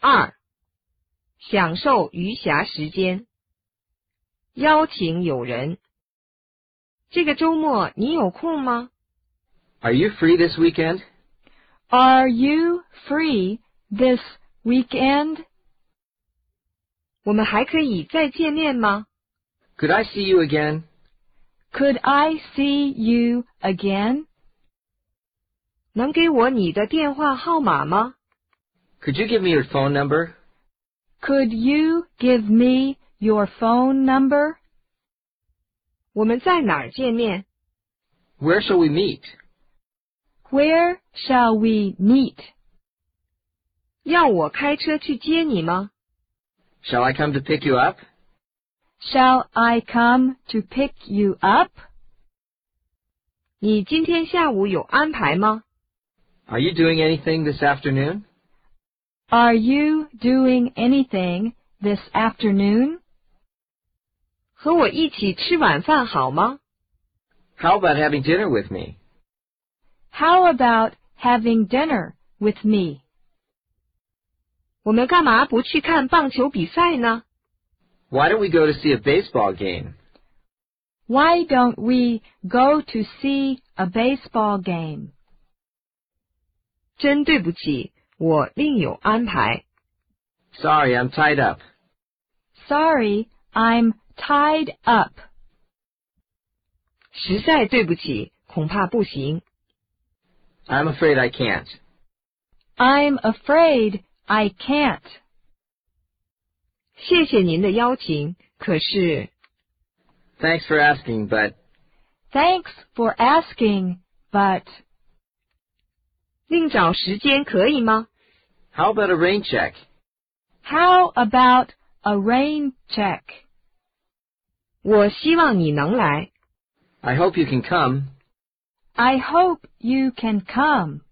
二、享受余暇时间，邀请友人。这个周末你有空吗？ Are you free this weekend? Are you free this weekend? 我们还可以再见面吗？ Could I see you again? Could I see you again? 能给我你的电话号码吗？ Could you give me your phone number? Could you give me your phone number? 我们在哪儿见面？ Where shall we meet? Where shall we meet? 要我开车去接你吗？ Shall I come to pick you up? Shall I come to pick you up? 你今天下午有安排吗？ Are you doing anything this afternoon? Are you doing anything this afternoon? 和我一起吃晚饭好吗？ How about having dinner with me? How about having dinner with me? 我们干嘛不去看棒球比赛呢？ Why don't we go to see a baseball game? Why don't we go to see a baseball game? 真对不起，我另有安排。 Sorry, I'm tied up. Sorry, I'm tied up. 实在对不起，恐怕不行。 I'm afraid I can't. I'm afraid I can't. 谢谢您的邀请，可是 Thanks for asking, but Thanks for asking, but 另找时间可以吗？ how about a rain check? how about a rain check? 我希望你能来。 I hope you can come. I hope you can come.